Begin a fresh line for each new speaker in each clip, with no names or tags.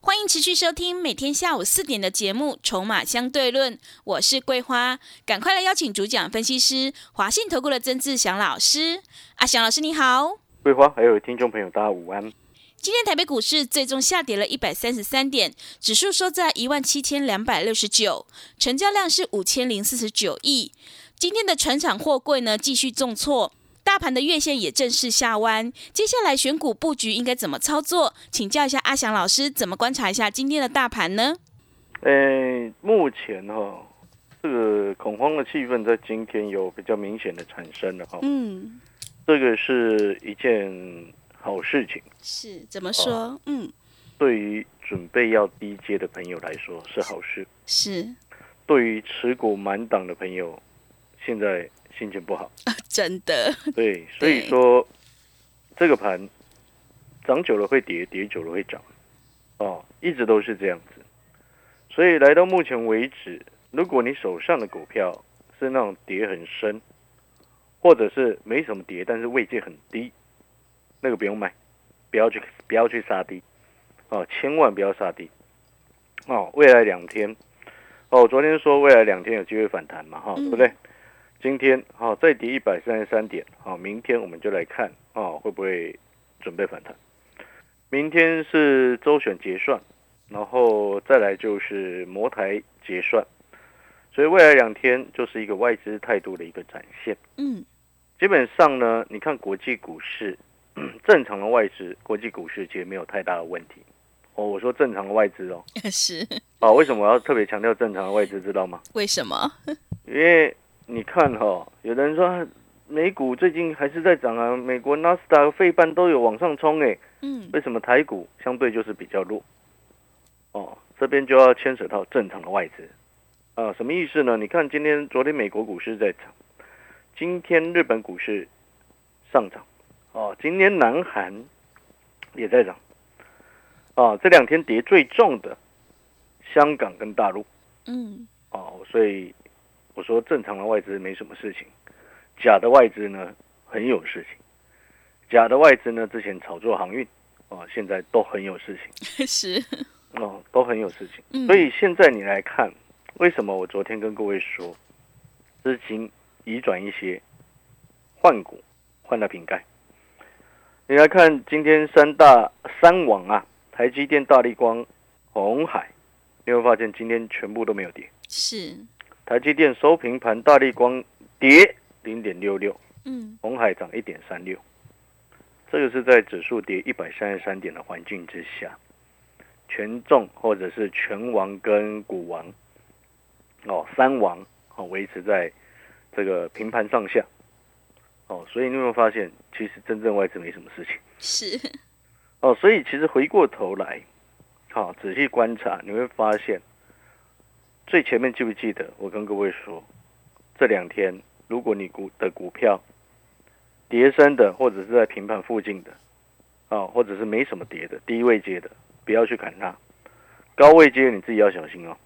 欢迎持续收听每天下午四点的节目《筹码相对论》，我是桂花，赶快来邀请主讲分析师华信投顾的曾志祥老师。阿祥老师你好，
桂花还有听众朋友大家午安。
今天台北股市最终下跌了一百三十三点，指数收在一万七千两百六十九，成交量是五千零四十九亿。今天的船厂货柜呢继续重挫，大盘的月线也正式下弯。接下来选股布局应该怎么操作？请教一下阿翔老师，怎么观察一下今天的大盘呢？
呃，目前哈、这个恐慌的气氛在今天有比较明显的产生了哈、
嗯，
这个是一件好事情，
是怎么说？嗯，
对于准备要低阶的朋友来说是好事，
是
对于持股满档的朋友，现在心情不好。
真的，
对，所以说这个盘涨久了会跌，跌久了会涨，哦，一直都是这样子。所以来到目前为止，如果你手上的股票是那种跌很深，或者是没什么跌，但是位阶很低，那个不用卖，不要去不要去杀低，哦，千万不要杀低，哦，未来两天，哦，我昨天说未来两天有机会反弹嘛，哈、对不对？今天好、再跌一百三十三点，好、明天我们就来看啊、会不会准备反弹。明天是周选结算，然后再来就是摩台结算，所以未来两天就是一个外资态度的一个展现。
嗯，
基本上呢，你看国际股市， 正常的外资，国际股市其实没有太大的问题。哦，我说正常的外资哦，
是
啊，为什么我要特别强调正常的外资，知道吗？
为什么？
因为你看哈、有的人说啊美股最近还是在涨啊，美国纳斯达克、费半都有往上冲欸诶，
嗯，
为什么台股相对就是比较弱？哦，这边就要牵扯到正常的外资啊，什么意思呢？你看今天、昨天美国股市在涨，今天日本股市上涨，哦，今天南韩也在涨，啊，这两天跌最重的香港跟大陆。
嗯，
哦，所以我说正常的外资没什么事情，假的外资呢很有事情。假的外资呢，之前炒作航运，哦，现在都很有事情，
是，
哦，都很有事情。
嗯
所以现在你来看，为什么我昨天跟各位说，资金移转一些，换股换到瓶盖。你来看今天三大三网啊，台积电、大力光、红海，你会发现今天全部都没有跌。
是，
台积电收平盘，大力光跌零点六六，
嗯，
红海涨一点三六，这个是在指数跌一百三十三点的环境之下，权重或者是全王跟股王，哦三王哦维持在这个平盘上下，哦，所以你有没有发现，其实真正外资没什么事情。
是，
哦，所以其实回过头来，好、仔细观察，你会发现，最前面记不记得我跟各位说，这两天如果你股的股票跌升的，或者是在平盘附近的，啊、或者是没什么跌的低位接的，不要去砍它，高位接你自己要小心哦。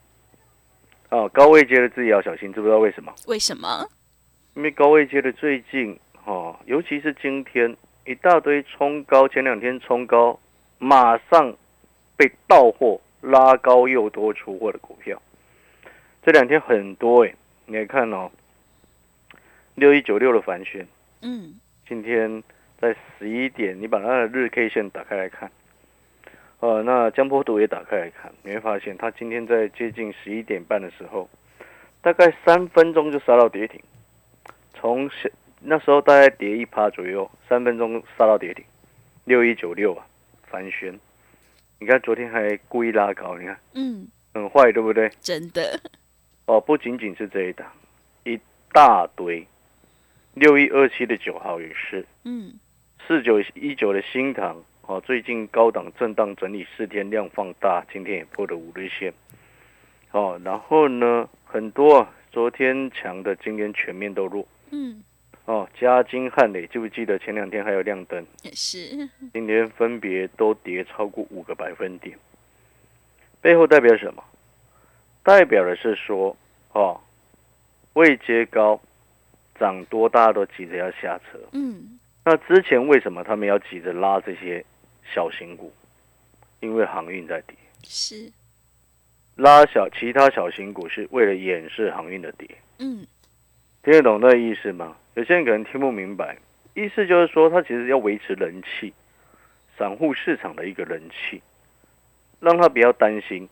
哦，高位接的自己要小心，知不知道为什么？
为什么？
因为高位接的最近哦，尤其是今天一大堆冲高，前两天冲高，马上被到货拉高又多出货的股票，这两天很多哎、你来看哦，六一九六的凡轩，
嗯，
今天在十一点，你把它的日 K 线打开来看，呃，那江波图也打开来看，你会发现它今天在接近十一点半的时候，大概三分钟就杀到跌停，从小那时候大概跌一趴左右，三分钟杀到跌停，六一九六啊，凡轩，你看昨天还故意拉高，你看
嗯，
很坏，对不对？
真的，
哦，不仅仅是这一档，一大堆，六一二七的九号也是。
嗯，
四九一九的新塘，哦，最近高档震荡整理四天，量放大，今天也破了五日线，哦，然后呢，很多啊昨天强的，今天全面都弱
嗯，
哦。嘉金汉磊，记不记得前两天还有亮灯，
也是，
今天分别都跌超过五个百分点，背后代表什么？代表的是说，哦，位阶高，涨多大家都急着要下车，
嗯，
那之前为什么他们要急着拉这些小型股？因为航运在跌，
是，
拉小其他小型股是为了掩饰航运的跌，
嗯，
听得懂那意思吗？有些人可能听不明白，意思就是说，它其实要维持人气，散户市场的一个人气，让他不要担心。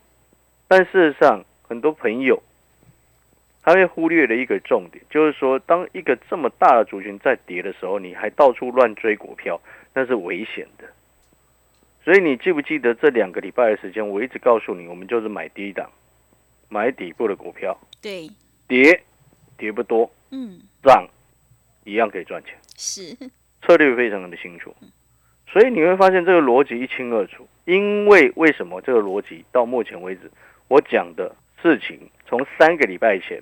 但事实上，很多朋友他会忽略了一个重点，就是说，当一个这么大的族群在跌的时候，你还到处乱追股票，那是危险的。所以你记不记得这两个礼拜的时间，我一直告诉你，我们就是买低档、买底部的股票，
对，
跌跌不多，
嗯，
涨，一样可以赚钱，
是，
策略非常的清楚。所以你会发现这个逻辑一清二楚。因为为什么这个逻辑到目前为止，我讲的事情从三个礼拜前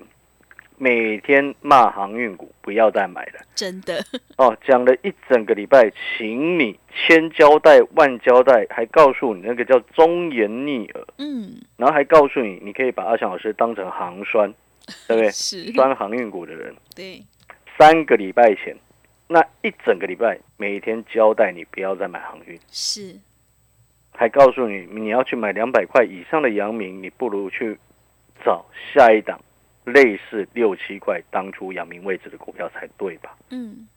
每天骂航运股不要再买了
真的，
哦，讲了一整个礼拜，请你千交代万交代，还告诉你那个叫忠言逆耳，
嗯，
然后还告诉你你可以把阿翔老师当成行栓，对不对？
是，
栓航运股的人。
对，
三个礼拜前，那一整个礼拜每天交代你不要再买航运，
是，
还告诉你你要去买两百块以上的阳明，你不如去找下一档类似六七块当初阳明位置的股票才对吧？
嗯，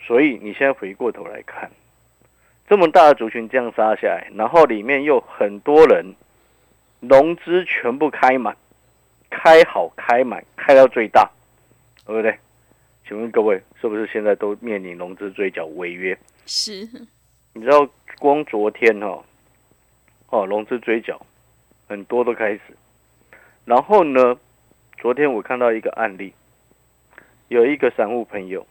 所以你现在回过头来看，这么大的族群这样杀下来，然后里面又很多人融资全部开满，开好开满，开到最大，对不对？请问各位，是不是现在都面临融资追缴违约？
是，
你知道，光昨天哦，哦，融资追缴很多都开始，然后呢，昨天我看到一个案例，有一个散户朋友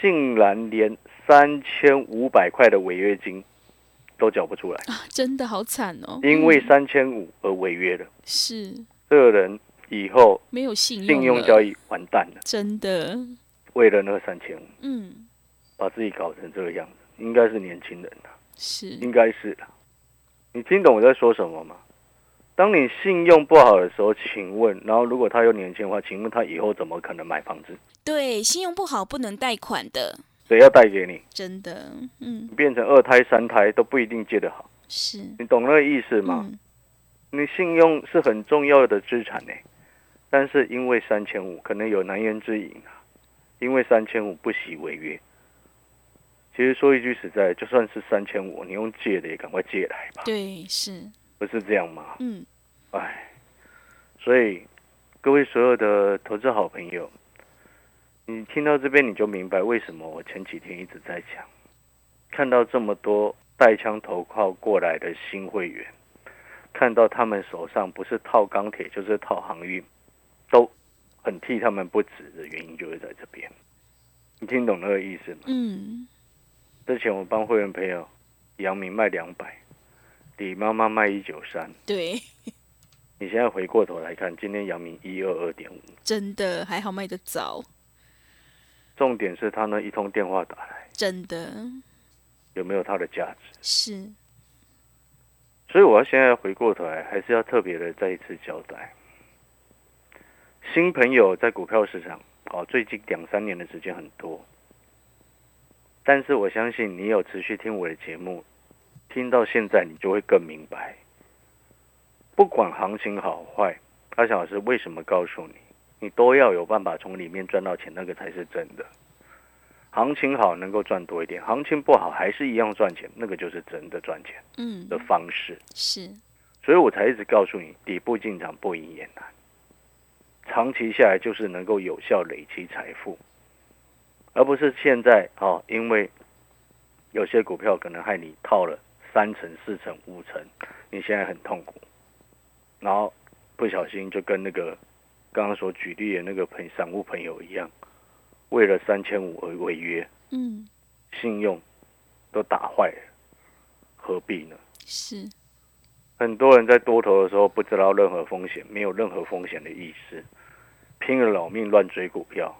竟然连三千五百块的违约金都缴不出来，
啊，真的好惨哦，
因为
嗯
三千五而违约了。
是
这个人以后
没有信用，
信用交，易完蛋了，
真的，
为了那三千五，
嗯，
把自己搞成这个样子，应该是年轻人。
是，
应该是的。你听懂我在说什么吗？当你信用不好的时候，请问，然后如果他又年轻的话，请问他以后怎么可能买房子？
对，信用不好不能贷款的，
谁要贷给你？
真的，嗯
你，变成二胎、三胎都不一定借得好，
是，
你懂那个意思吗？
嗯，
你信用是很重要的资产呢、但是因为三千五，可能有难言之隐啊，因为三千五不惜违约。其实说一句实在的，就算是三千五，你用借的也赶快借来吧，
对，是，
不是这样吗？
嗯，
哎，所以各位所有的投资好朋友，你听到这边你就明白为什么我前几天一直在讲，看到这么多带枪投靠过来的新会员，看到他们手上不是套钢铁就是套航运，都很替他们不值的原因就是在这边。你听懂那个意思吗？
嗯，
之前我帮会员朋友杨明卖两百，李妈妈卖一九三。
对，
你现在回过头来看，今天阳明一二二点五，
真的还好卖得早，
重点是他那一通电话打来
真的
有没有它的价值？
是，
所以我要现在回过头来，还是要特别的再一次交代，新朋友在股票市场，哦，最近两三年的时间很多，但是我相信你有持续听我的节目，听到现在你就会更明白，不管行情好坏，阿翔老师为什么告诉你，你都要有办法从里面赚到钱，那个才是真的。行情好能够赚多一点，行情不好还是一样赚钱，那个就是真的赚钱
嗯，
的方式。
是，
所以我才一直告诉你，底部进场不赢也难，长期下来就是能够有效累积财富，而不是现在哦，因为有些股票可能害你套了三成、四成、五成，你现在很痛苦，然后不小心就跟那个刚刚所举例的那个朋散户朋友一样，为了三千五而违约，
嗯，
信用都打坏了，何必呢？
是，
很多人在多头的时候不知道任何风险，没有任何风险的意识，拼了老命乱追股票。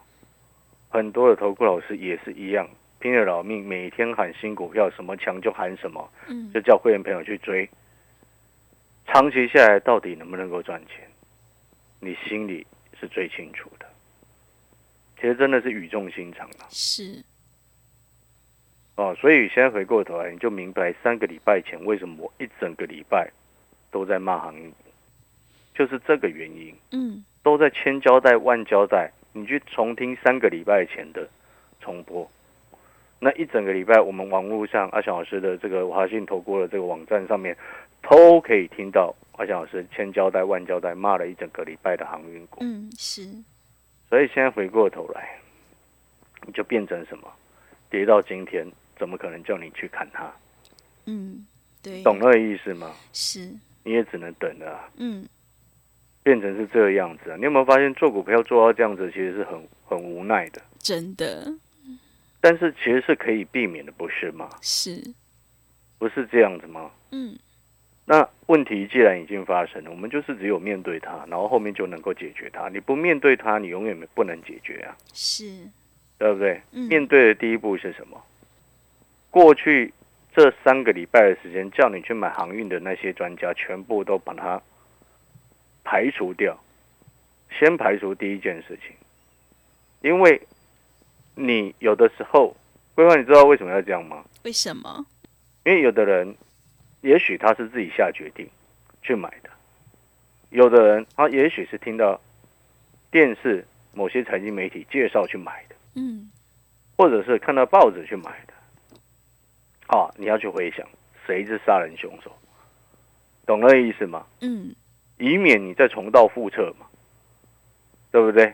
很多的投顾老师也是一样，拼了老命，每天喊新股票，什么强就喊什么，
嗯
就叫会员朋友去追。长期下来到底能不能够赚钱，你心里是最清楚的。其实真的是语重心长啊了
是，
哦，所以现在回过头来，你就明白三个礼拜前为什么我一整个礼拜都在骂航运股，就是这个原因。
嗯
都在千交代万交代，你去重听三个礼拜前的重播，那一整个礼拜，我们网络上阿翔老师的这个华信投顾的这个网站上面，都可以听到阿翔老师千交代万交代骂了一整个礼拜的航运股。
嗯是，
所以现在回过头来，你就变成什么？跌到今天，怎么可能叫你去砍它？
嗯对，
懂那个意思吗？
是，
你也只能等了啊、
嗯
变成是这个样子啊、你有没有发现做股票做到这样子，其实是很很无奈的？
真的
但是其实是可以避免的，不是吗？
是，
不是这样子吗？
嗯
那问题既然已经发生了，我们就是只有面对它，然后后面就能够解决它。你不面对它，你永远不能解决啊，
是，
对不对？
嗯
面对的第一步是什么？过去这三个礼拜的时间，叫你去买航运的那些专家，全部都把它排除掉。先排除第一件事情，因为你有的时候，规划，你知道为什么要这样吗？
为什么？
因为有的人，也许他是自己下决定去买的，有的人他也许是听到电视某些财经媒体介绍去买的，
嗯
或者是看到报纸去买的。啊，你要去回想谁是杀人凶手，懂那意思吗？
嗯
以免你再重蹈覆辙嘛，对不对？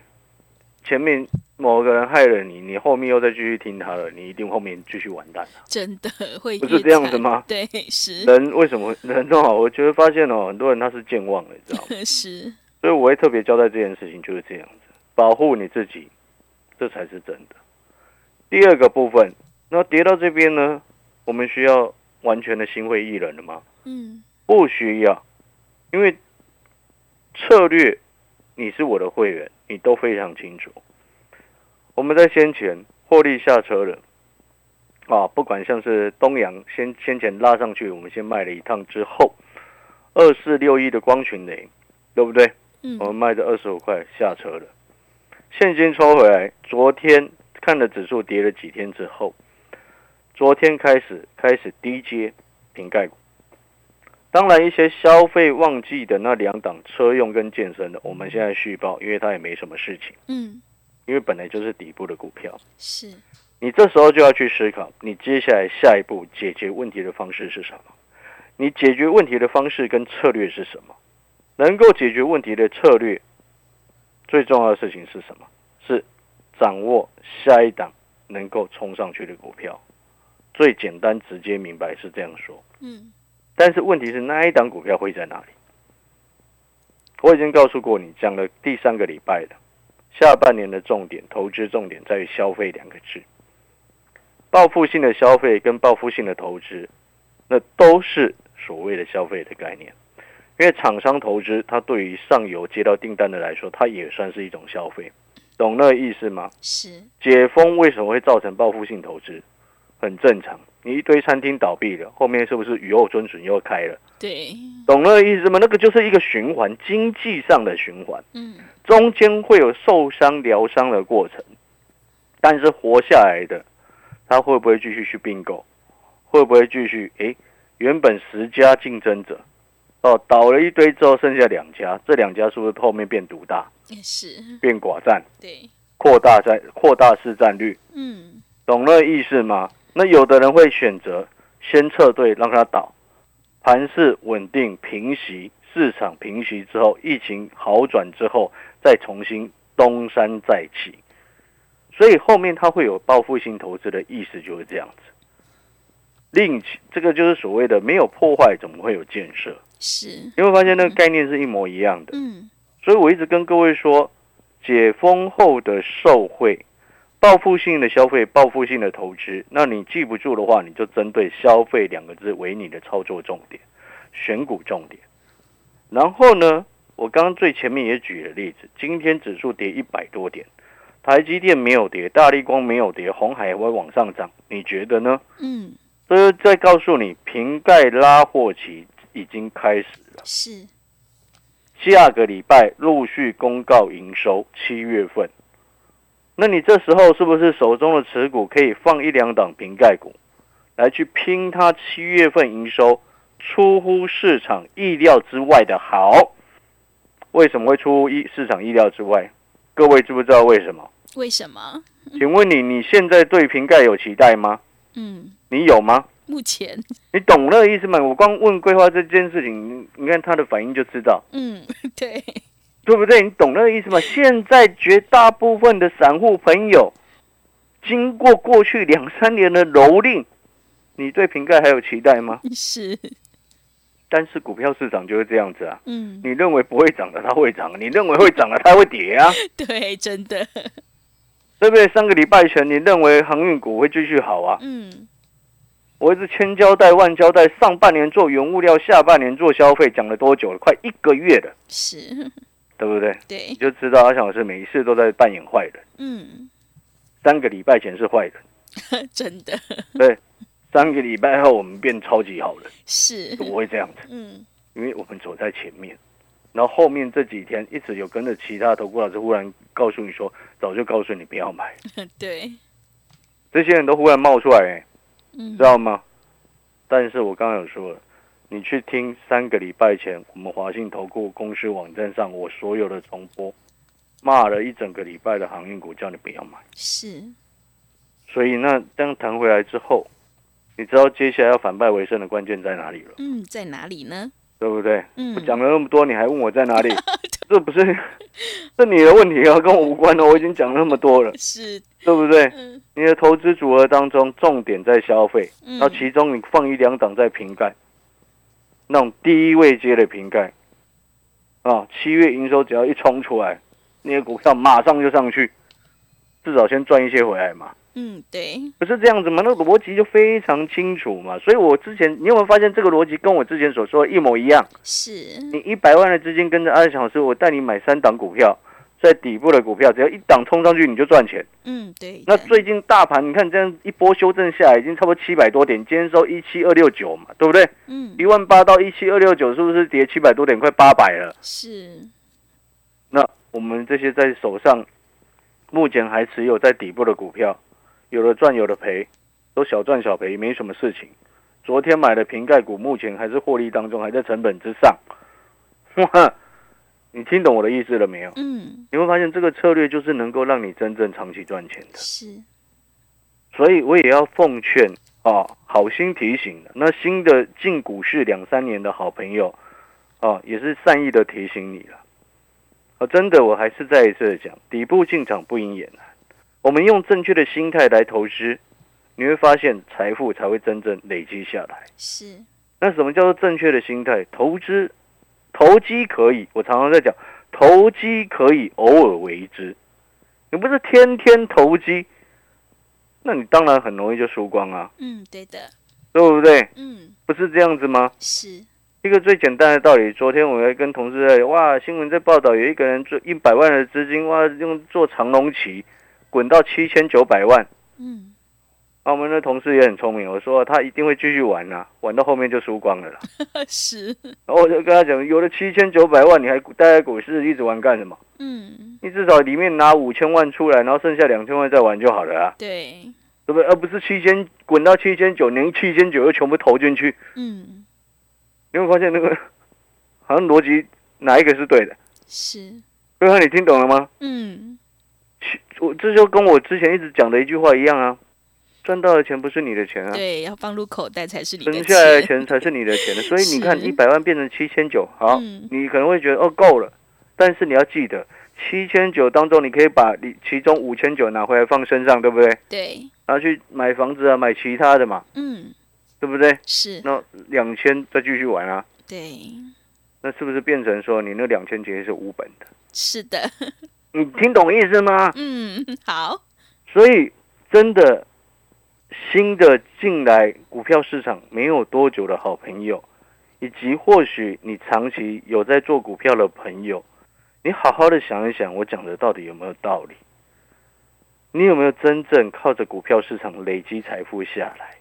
前面某个人害了你，你后面又再继续听他了，你一定后面继续完蛋。
真的会
不是
越
这样子
惨
吗
对是
人为什么人哦？我觉得发现哦，很多人他是健忘了，你知道吗？
是，
所以我会特别交代这件事情就是这样子，保护你自己，这才是真的。第二个部分，那跌到这边呢，我们需要完全的心灰意冷了吗？
嗯
不需要，因为策略你是我的会员，你都非常清楚。我们在先前获利下车了，啊，不管像是东阳先先前拉上去，我们先卖了一趟之后，二四六一的光群雷，对不对？我们
嗯
卖的二十五块下车了，现金抽回来。昨天看了指数跌了几天之后，昨天开始开始低接瓶盖股。当然，一些消费旺季的那两档车用跟健身的，我们现在续报，因为它也没什么事情，
嗯
因为本来就是底部的股票。
是，
你这时候就要去思考，你接下来下一步解决问题的方式是什么？你解决问题的方式跟策略是什么？能够解决问题的策略，最重要的事情是什么？是掌握下一档能够冲上去的股票。最简单、直接、明白是这样说。
嗯
但是问题是，那一档股票会在哪里？我已经告诉过你，讲了第三个礼拜了。下半年的重点投资重点在于消费两个字，报复性的消费跟报复性的投资，那都是所谓的消费的概念。因为厂商投资，它对于上游接到订单的来说，它也算是一种消费，懂那个意思吗？
是，
解封为什么会造成报复性投资？很正常，你一堆餐厅倒闭了，后面是不是雨后春笋又开了？
对，
懂那个意思吗？那个就是一个循环，经济上的循环，
嗯
中间会有受伤、疗伤的过程，但是活下来的，他会不会继续去并购？会不会继续？诶，原本十家竞争者，哦，倒了一堆之后剩下两家，这两家是不是后面变独大、
也是，
变寡占、
对，
扩大战、扩大市占率？
嗯
懂那意思吗？那有的人会选择先撤退，让它倒，盘势稳定平息，市场平息之后，疫情好转之后，再重新东山再起。所以后面它会有报复性投资的意思，就是这样子。另起，这个就是所谓的没有破坏，怎么会有建设？
是，
你会发现那个概念是一模一样的。
嗯
所以我一直跟各位说，解封后的受惠，报复性的消费、报复性的投资，那你记不住的话，你就针对消费两个字为你的操作重点。选股重点。然后呢，我刚刚最前面也举了例子，今天指数跌一百多点，台积电没有跌，大力光没有跌，红海会往上涨，你觉得呢？
嗯，
这是在告诉你，瓶盖拉货期已经开始了。
是，
下个礼拜陆续公告营收，七月份。那你这时候是不是手中的持股可以放一两档瓶盖股，来去拼它七月份营收出乎市场意料之外的好？为什么会出乎意市场意料之外？各位知不知道为什么？
为什么？
请问你，你现在对瓶盖有期待吗？
嗯，
你有吗？
目前，
你懂那个意思吗？我光问规划这件事情，你你看他的反应就知道。
嗯， 对，
对不对？你懂那个意思吗？现在绝大部分的散户朋友，经过过去两三年的蹂躏，你对瓶盖还有期待吗？
是，
但是股票市场就是这样子啊，
嗯，
你认为不会涨的它会涨，你认为会涨的它会跌啊，
对，真的，
对不对？上个礼拜前你认为航运股会继续好啊，
嗯，
我一直千交代万交代，上半年做原物料，下半年做消费，讲了多久了？快一个月了，
是，
对不对？
对，
你就知道阿翔老师每一次都在扮演坏人，
嗯，
三个礼拜前是坏人。
真的
三个礼拜后，我们变超级好了，
是，
怎么会这样子？
嗯，
因为我们走在前面，然后后面这几天一直有跟着其他投顾老师，忽然告诉你说，早就告诉你不要买，
对，
这些人都忽然冒出来、欸
嗯
知，道吗？但是我刚刚有说了，你去听三个礼拜前我们华信投顾公司网站上我所有的重播，骂了一整个礼拜的航运股，叫你不要买。
是，
所以那这样谈回来之后，你知道接下来要反败为胜的关键在哪里了，
嗯，在哪里呢？
对不对？
嗯
我，讲了那么多，你还问我在 哪里？这不是这你的问题啊，跟我无关的。我已经讲了那 么多了，
是，
对不对？
嗯，
你的投资组合当中，重点在消费，
嗯
然后其中你放一两档在瓶盖，那种低位接的瓶盖啊，七月营收只要一冲出来，你的股票马上就上去，至少先赚一些回来嘛。
嗯，对，
不是这样子吗？那逻辑就非常清楚嘛。所以我之前，你有没有发现这个逻辑跟我之前所说的一模一样？
是，
你一百万的资金跟着阿翔老师，我带你买三档股票，在底部的股票，只要一档冲上去你就赚钱。
嗯，对
那
的，
最近大盘你看这样一波修正下来，已经差不多七百多点，今天收一七二六九嘛，对不对？
嗯，
一万八到一七二六九，是不是跌七百多点，快八百了？
嗯是，
那我们这些在手上目前还持有在底部的股票，有的赚有的赔，都小赚小赔，没什么事情。昨天买的瓶盖股，目前还是获利当中，还在成本之上。哇，你听懂我的意思了没有？
嗯，
你会发现这个策略就是能够让你真正长期赚钱的。
嗯是，
所以我也要奉劝啊，好心提醒的那新的进股市两三年的好朋友啊，也是善意的提醒你了。啊，真的，我还是再一次地讲，底部进场不赢也难。我们用正确的心态来投资，你会发现财富才会真正累积下来。
是，
那什么叫做正确的心态？投资，投机可以，我常常在讲，投机可以偶尔为之。你不是天天投机，那你当然很容易就输光啊，
嗯，对的，
对不对？
嗯，
不是这样子吗？
是，
一个最简单的道理，昨天我还跟同事在哇，新闻在报道有一个人做一百万的资金哇，用做长龙旗，滚到七千九百万。
嗯，
啊，我们的同事也很聪明，我说他一定会继续玩啊，玩到后面就输光了啦。
是，
然后我就跟他讲，有了七千九百万，你还待在股市一直玩干什么？
嗯，
你至少里面拿五千万出来，然后剩下两千万再玩就好了啊，
对，
对不对？而不是七千滚到七千九，连七千九又全部投进去，
嗯，
你会发现那个 好像逻辑哪一个是对的？
是，
哥哥，你听懂了吗？
嗯，
其我这就跟我之前一直讲的一句话一样啊，赚到的钱不是你的钱啊，
对，要放入口袋才是你的
存下来的
钱，
钱才是你的钱。啊所以你看，
是
一百万变成七千九，好，
嗯
你可能会觉得哦够了，但是你要记得，七千九当中你可以把你其中五千九拿回来放身上，对不对？
对，
然后去买房子啊，买其他的嘛，
嗯，
对不对？
是，
那两千再继续玩啊，
对，嗯
那是不是变成说你那两千其实是无本的？
是的，
你听懂意思吗？
嗯，好，
所以真的新的进来股票市场没有多久的好朋友，以及或许你长期有在做股票的朋友，你好好的想一想，我讲的到底有没有道理？你有没有真正靠着股票市场累积财富下来？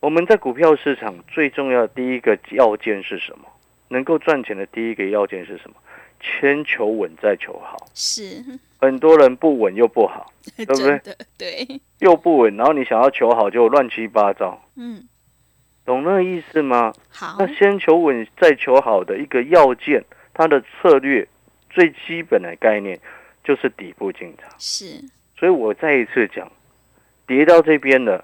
我们在股票市场最重要的第一个要件是什么？能够赚钱的第一个要件是什么？先求稳再求好。
是，
很多人不稳又不好，
真
不对
的，对，
又不稳，然后你想要求好就乱七八糟，
嗯，
懂那个意思吗？
好，
那先求稳再求好的一个要件，它的策略最基本的概念就是底部进场。
是，
所以我再一次讲，跌到这边了，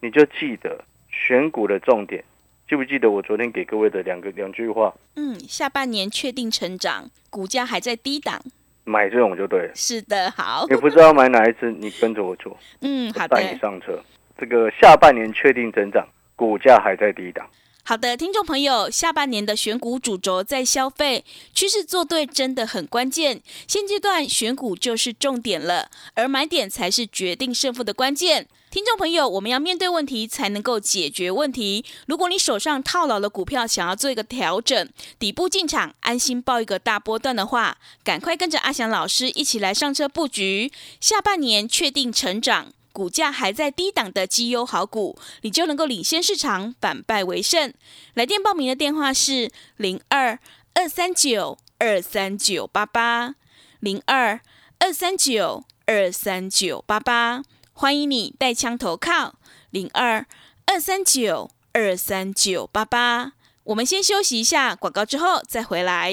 你就记得选股的重点。记不记得我昨天给各位的两个两句话？
嗯，下半年确定成长，股价还在低档，
买这种就对了。
是的，好，
你不知道买哪一只，你跟着我做，
嗯，好
我
的，
带你上车。这个下半年确定增长，股价还在低档。
好的，听众朋友，下半年的选股主轴在消费，趋势做对真的很关键。现阶段选股就是重点了，而买点才是决定胜负的关键。听众朋友，我们要面对问题才能够解决问题。如果你手上套牢的股票想要做一个调整，底部进场，安心报一个大波段的话，赶快跟着阿翔老师一起来上车布局。下半年确定成长，股价还在低档的绩优好股，你就能够领先市场，反败为胜。来电报名的电话是零二二三九二三九八八零二二三九二三九八八，欢迎你带枪投靠零二二三九二三九八八。我们先休息一下广告，之后再回来。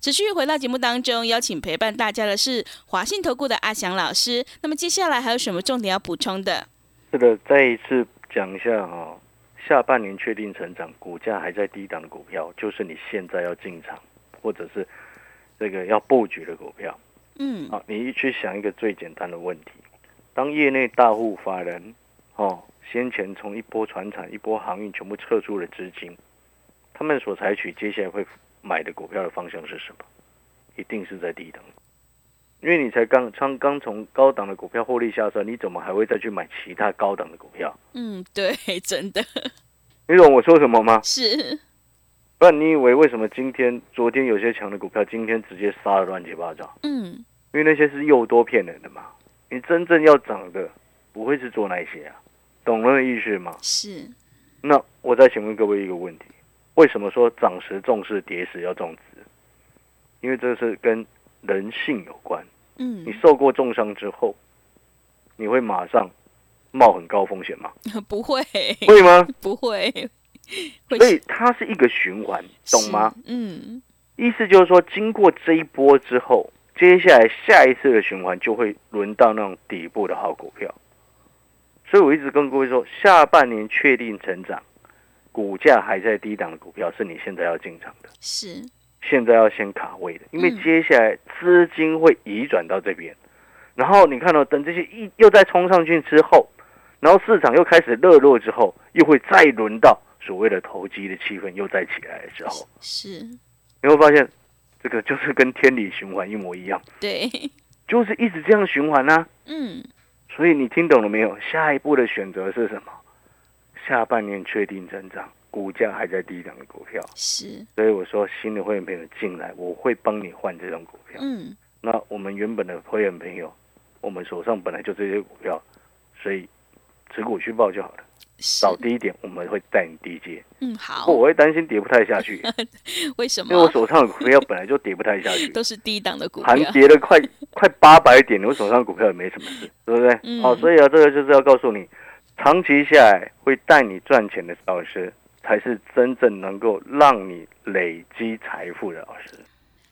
持续回到节目当中，邀请陪伴大家的是华信投顾的阿翔老师。那么接下来还有什么重点要补充的？
这个再一次讲一下哈、哦，下半年确定成长，股价还在低档的股票，就是你现在要进场或者是这个要布局的股票。
嗯，
啊，你去想一个最简单的问题：当业内大户法人哦，先前从一波船产、一波航运全部撤出了资金，他们所采取接下来会买的股票的方向是什么？一定是在低档，因为你才刚刚刚从高档的股票获利下车，你怎么还会再去买其他高档的股票？
嗯，对，真的
你懂我说什么吗？
是，
不然你以为为什么今天、昨天有些强的股票，今天直接杀的乱七八糟？
嗯，
因为那些是诱多骗人的嘛。你真正要涨的，不会是做那些啊，懂那个意思吗？
是，
那我再请问各位一个问题：为什么说涨时重视，跌时要重视？因为这是跟人性有关。
嗯
你，受过重伤之后，你会马上冒很高风险吗？
不会，
会吗？
不 会，会
所以它是一个循环，懂吗？？
是嗯，
意思就是说，经过这一波之后，接下来下一次的循环就会轮到那种底部的好股票。所以我一直跟各位说，下半年确定成长，股价还在低档的股票是你现在要进场的，
是，
现在要先卡位的，因为
嗯
接下来资金会移转到这边。然后你看到、等这些一又再冲上去之后，然后市场又开始热络之后，又会再轮到所谓的投机的气氛又再起来的时候。
是，
你会发现，这个就是跟天理循环一模一样，
对，
就是一直这样循环啊。
嗯，
所以你听懂了没有？下一步的选择是什么？下半年确定增长，股价还在低档的股票。
是，
所以我说，新的会员朋友进来，我会帮你换这种股票。
嗯，
那我们原本的会员朋友，我们手上本来就这些股票，所以持股续报就好了。
是，
找低一点，我们会带你低接。
嗯，好
不，，我会担心跌不太下 去，
为什
因为我
么
手上的股票本来就跌不太下去。
都是低档的股
盘
票？
跌了快快八百点，我手上股票也没什么事， 对不对？
嗯
哦，所以啊，这个就是要告诉你，长期下来会带你赚钱的老师，才是真正能够让你累积财富的老师。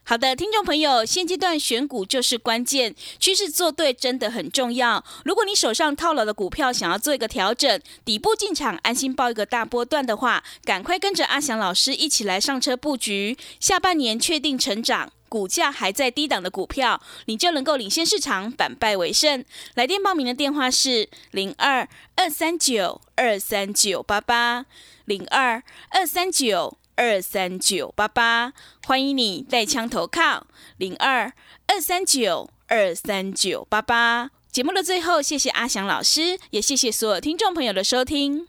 好的，听众朋友，现阶段选股就是关键，趋势做对真的很重要。如果你手上套牢的股票想要做一个调整，底部进场，安心报一个大波段的话，赶快跟着阿翔老师一起来上车布局，下半年确定成长。股价还在低档的股票，你就能够领先市场，反败为胜。来电报名的电话是零二二三九二三九八八零二二三九二三九八八，欢迎你带枪投靠零二二三九二三九八八。节目的最后，谢谢阿翔老师，也谢谢所有听众朋友的收听。